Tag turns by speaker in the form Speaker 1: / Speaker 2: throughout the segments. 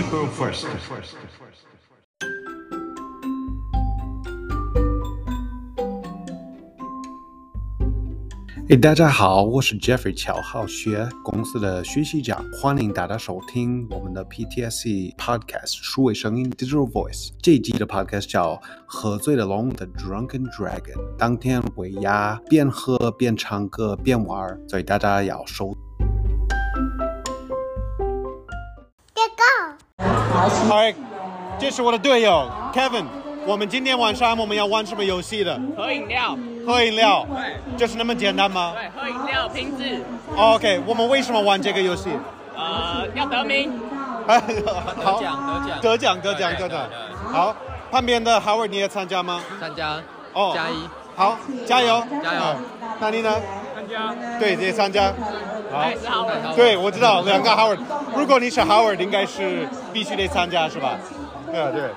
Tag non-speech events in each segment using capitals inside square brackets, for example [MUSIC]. Speaker 1: first.
Speaker 2: hey, 大家好，我是 Jeffrey 乔浩学公司的学习长，欢迎大家收听我们的 PTSC Podcast 数位声音 Digital Voice。这一集的 Podcast 叫《喝醉的龙》的 Drunken Dragon。当天尾牙边喝边唱歌边玩，所以大家要收。
Speaker 3: 哎，这是我的队友 Kevin。我们今天晚上我们要玩什么游戏的？
Speaker 4: 喝饮料，
Speaker 3: 喝饮料，就是那么简单吗
Speaker 4: 对，喝饮料拼字，
Speaker 3: ？OK，我们为什么玩这个游戏？ [LAUGHS]
Speaker 4: 呃，要得名，
Speaker 3: 哎
Speaker 5: 得
Speaker 3: 好，
Speaker 5: 奖得奖
Speaker 3: 得奖得奖
Speaker 5: 对对
Speaker 3: 得奖
Speaker 5: 对！
Speaker 3: 好，旁边的 Howard 你也参加吗？
Speaker 5: 参加
Speaker 3: 哦
Speaker 5: 加一，
Speaker 3: 好，加油
Speaker 5: 加油
Speaker 3: 好那你呢？
Speaker 4: 参加，
Speaker 3: 对，也参加。好
Speaker 4: 也，是好
Speaker 5: 太好
Speaker 4: 的，
Speaker 3: 对，我知道两个 Howard。如果你是 Howard，应该是必须得参加是吧？对啊对。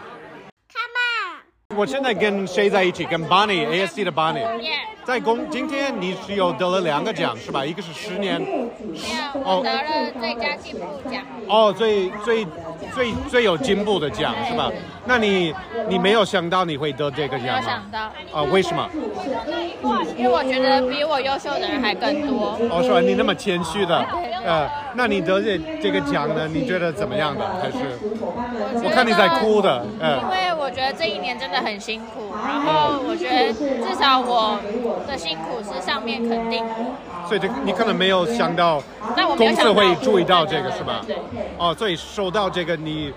Speaker 3: 我现在跟谁在一起？跟 Bunny ASD 的 Bunny。
Speaker 6: 耶，
Speaker 3: 在公今天你只有得了两个奖是吧？一个是十年
Speaker 6: 没有，我得了最佳进步奖。
Speaker 3: 哦，最最最最有进步的奖是吧？那你你没有想到你会得这个
Speaker 6: 没有
Speaker 3: 奖
Speaker 6: 想
Speaker 3: 吗？
Speaker 6: 到，
Speaker 3: 啊，为什么？
Speaker 6: 因为我觉得比我优秀的人还更多。
Speaker 3: 哦，是吧？你那么谦虚的，呃，那你得这这个奖呢？你觉得怎么样的？还是
Speaker 6: 我
Speaker 3: 我看你在哭。的，嗯、
Speaker 6: 因为我觉得这一年真的很辛苦，然后我觉得至少我的辛苦是上面肯定的，
Speaker 3: 所以这个你可能没有想到
Speaker 6: 但我没有想
Speaker 3: 公司
Speaker 6: 到
Speaker 3: 会注意到这个是吧
Speaker 6: 对对？
Speaker 3: 哦，所以收到这个你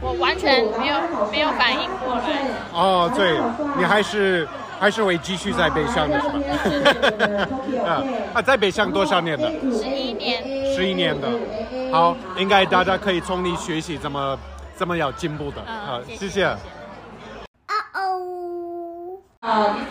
Speaker 6: 我完全没有没有反应过来。
Speaker 3: 哦，对，你还是还是会继续在北上的是吧？啊啊，在北上多少年了？
Speaker 6: 十一年，
Speaker 3: 十一年的。好，应该大家可以从你学习怎么怎么要进步的啊
Speaker 6: 嗯，谢谢
Speaker 3: 谢谢。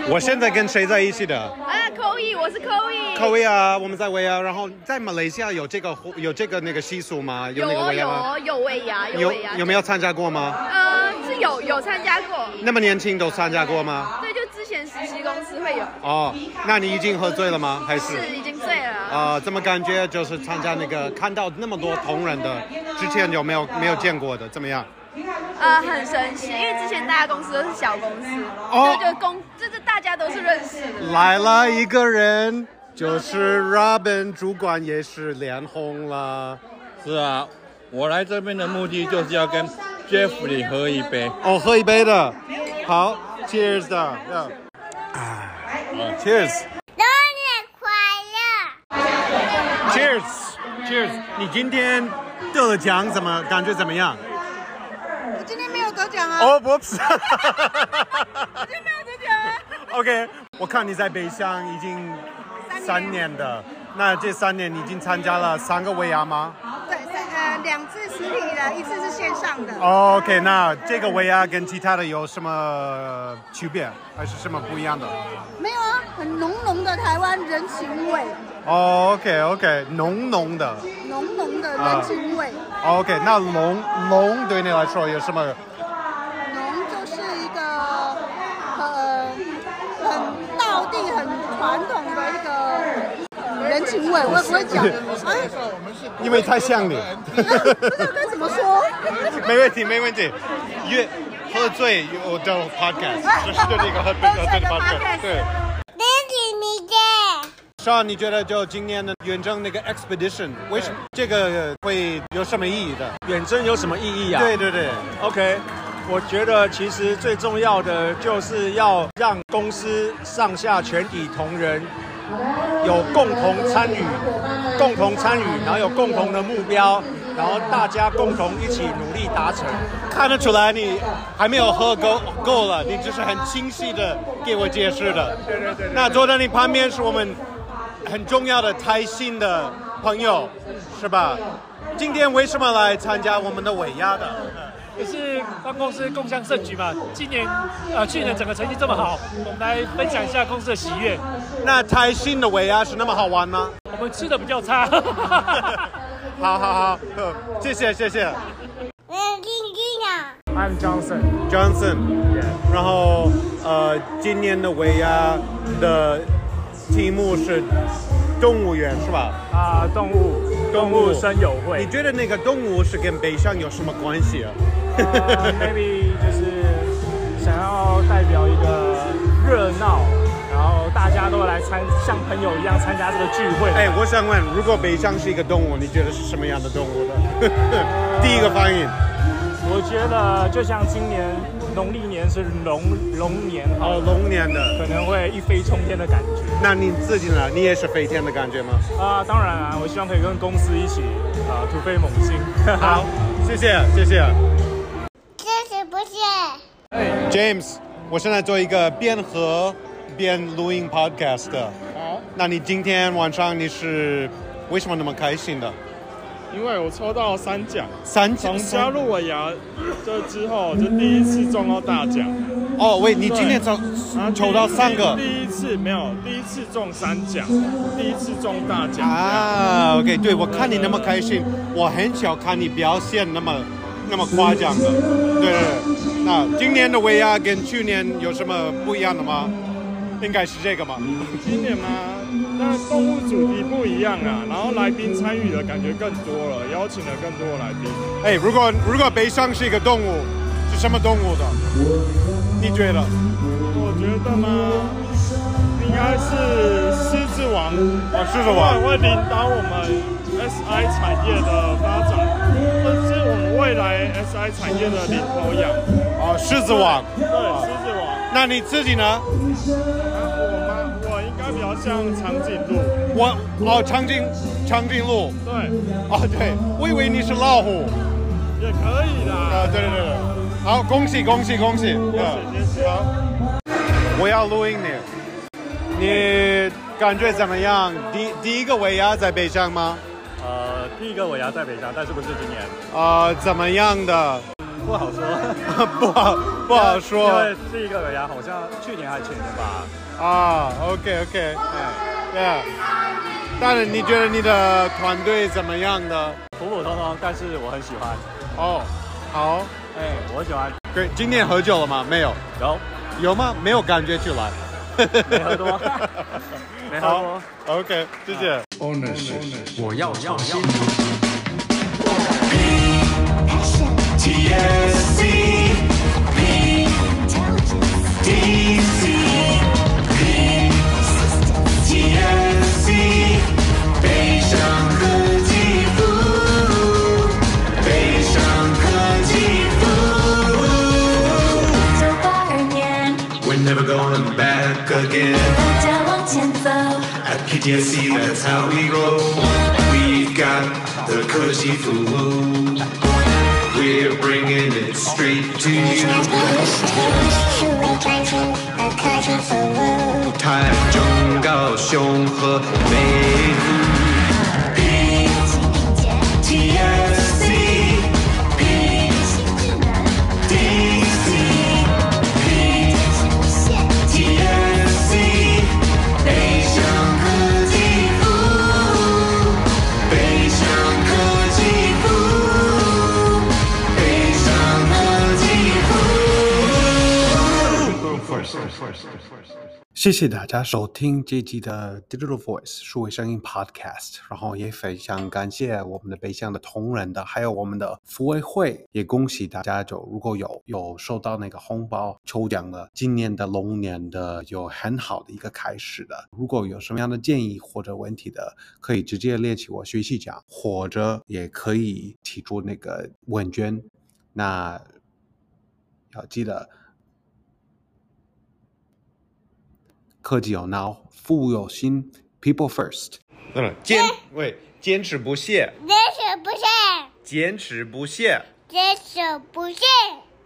Speaker 3: 我现在跟谁在一起的？
Speaker 4: 啊，扣一，我是扣一，
Speaker 3: 科威啊，我们在维亚，然后在马来西亚有这个活有这个那个习俗吗？有那个维亚吗？
Speaker 4: 有尾牙，
Speaker 3: 有有没有参加过吗？
Speaker 4: 呃，是有有参加过，
Speaker 3: 那么年轻都参加过吗？
Speaker 4: 对，就之前实习公司会有，
Speaker 3: 哦，那你已经喝醉了吗？还是？
Speaker 4: 已经醉了，
Speaker 3: 啊、怎么感觉就是参加那个看到那么多同仁的，之前有没有没有见过的？怎么样？
Speaker 4: 呃，很神奇，因为之前大家公司都是小公司，
Speaker 3: 哦
Speaker 4: 就就公，就是大家都是认识的，
Speaker 3: 来了一个人，就是 Robin 主管也是脸红了。
Speaker 5: 是啊，我来这边的目的就是要跟 Jeffrey 喝一杯。
Speaker 3: 哦，喝一杯的，好，Cheers 的，啊，Cheers。
Speaker 6: 生日快乐！
Speaker 3: Cheers，Cheers！你今天得了奖，怎么感觉怎么样？
Speaker 7: 我今天没有得奖啊！
Speaker 3: 哦、不是。
Speaker 7: [LAUGHS] 我今天没有得奖啊！
Speaker 3: OK，我看你在北乡已经三年的，那这三年你已经参加了三个维亚吗
Speaker 7: 对，三呃两次实体的，一次是线上的。
Speaker 3: ？OK，那这个维亚跟其他的有什么区别，还是什么不一样的
Speaker 7: 没有啊，很浓浓的台湾人情味，
Speaker 3: ？OK OK，浓浓的。
Speaker 7: 浓浓的
Speaker 3: 啊
Speaker 7: 人情味。
Speaker 3: OK，那龙龙对你来说有什么？
Speaker 7: 浓就是一个呃很道地、很传统的一个人情味。我也不会讲，哎，
Speaker 3: 因为太像你。
Speaker 7: 不知道该怎么说。
Speaker 3: [LAUGHS] 没问题，没问题。越喝醉，我的 podcast 就是就这个喝醉喝醉的 podcast。对。上，你觉得就今年的远征那个 expedition，为什么这个会有什么意义的？
Speaker 8: 远征有什么意义啊？
Speaker 3: 对对对，
Speaker 8: ，OK，我觉得其实最重要的就是要让公司上下全体同仁有共同参与，共同参与，然后有共同的目标，然后大家共同一起努力达成。
Speaker 3: 看得出来你还没有喝够够了，你只是很清晰的给我解释的。对对对。那坐在你旁边是我们很重要的台新的朋友，是吧？今天为什么来参加我们的尾牙的？
Speaker 9: 也是帮公司共襄盛举嘛。今年呃，去年整个成绩这么好，我们来分享一下公司的喜悦。
Speaker 3: 那台新的尾牙是那么好玩吗？
Speaker 9: 我们吃的比较差，
Speaker 3: [LAUGHS] 好好好，呃谢谢谢谢
Speaker 6: 我听听啊。
Speaker 3: Johnson。然后呃，今年的尾牙的题目是动物园是吧？
Speaker 9: 啊，动物
Speaker 3: 动
Speaker 9: 动
Speaker 3: 物
Speaker 9: 物生友
Speaker 3: 你
Speaker 9: 会
Speaker 3: 觉得那个动物是跟北上有什么关系啊？
Speaker 9: 呃
Speaker 3: [LAUGHS]
Speaker 9: ，maybe 就是想要代表一个热闹，然后大家都来参像朋友一样参加这个聚会。
Speaker 3: 哎，我想问，如果北上是一个动物，你觉得是什么样的动物呢？ [LAUGHS] 第一个反应，
Speaker 9: 我觉得就像今年农历年是龙龙年好
Speaker 3: 哦，
Speaker 9: 了，
Speaker 3: 龙年的。
Speaker 9: 可能会一飞冲天的感觉。
Speaker 3: 那你自己呢？你也是飞天的感觉
Speaker 9: [LAUGHS]
Speaker 3: 吗？
Speaker 9: 啊，当然啊，我希望可以跟公司一起啊突飞猛进。
Speaker 3: 好，谢谢，谢谢。
Speaker 1: 这是不是？
Speaker 3: James，我现在做一个边喝边录音 podcast 的。
Speaker 10: 好，
Speaker 3: 那你今天晚上你是为什么那么开心的？
Speaker 10: 因为我抽到三奖，
Speaker 3: 三
Speaker 10: 从加入尾牙这之后，就第一次中到大奖，
Speaker 3: 哦，喂，你今天抽
Speaker 10: 啊
Speaker 3: 嗯抽到三个
Speaker 10: 第一次没有，第一次中三奖，第一次中大奖。
Speaker 3: 啊？OK，对，我看你那么开心，我很少看你表现那么那么夸张的。对对对，那今年的维亚跟去年有什么不一样的吗？应该是这个吧。
Speaker 10: 今年嘛，那动物主题不一样啊，然后来宾参与的感觉更多了，邀请了更多的来宾。
Speaker 3: 哎，如果如果悲伤是一个动物，是什么动物的？你觉得？
Speaker 10: 我觉得嘛，应该是狮子王，
Speaker 3: 哦狮子王
Speaker 10: 会领导我们 SI 产业的发展，这是我们未来 SI 产业的领头羊。
Speaker 3: 哦，狮子王。
Speaker 10: 对，狮子王。
Speaker 3: 那你自己呢？
Speaker 10: 我吗？我应该比较像长颈鹿。
Speaker 3: 我哦，长颈长颈鹿。
Speaker 10: 对，
Speaker 3: 哦，对，我以为你是老虎。
Speaker 10: 也可以啦。
Speaker 3: 啊，对对对对，好，恭喜恭喜恭喜！
Speaker 10: 谢谢谢谢
Speaker 3: 好，我要录音你，你感觉怎么样？第第一个尾牙在北上吗？
Speaker 9: 呃，第一个尾牙在北上，但是不是今年，
Speaker 3: 啊、怎么样的？ [LAUGHS]
Speaker 9: 不好说，
Speaker 3: 不好不好说
Speaker 9: 因为第一个尾牙好像去年还是前年吧，
Speaker 3: 啊。OK OK，哎，对啊。但是你觉得你的团队怎么样的？
Speaker 9: 普普通通，但是我很喜欢，
Speaker 3: 哦，好，
Speaker 9: 哎，我很喜欢，
Speaker 3: 对，今天喝酒了吗？没有，
Speaker 9: 然后
Speaker 3: 有吗？没有感觉出来。
Speaker 9: 没喝
Speaker 3: [LAUGHS]
Speaker 9: 多，没喝多。
Speaker 3: 好，OK，谢谢。
Speaker 11: We're never going back again.
Speaker 1: 大家往前走，
Speaker 11: At PTSC, that's how we roll. We've got the cushy food. We're bringing it straight to you. Time, Jungle, Shonghe, First, first, first, first.
Speaker 2: 谢谢大家收听这期的 Digital Voice 数位声音 Podcast，然后也非常感谢我们的北向的同仁的，还有我们的服委会，也恭喜大家就如果有有收到那个红包抽奖的，今年的龙年的有很好的一个开始的。如果有什么样的建议或者问题的，可以直接列起我学习讲，或者也可以提出那个问卷。那要记得科技有脑，服务有心，People First。
Speaker 3: 对了，坚喂，坚持不懈，
Speaker 1: 这是不是？
Speaker 3: 坚持不懈。
Speaker 1: 这是不是？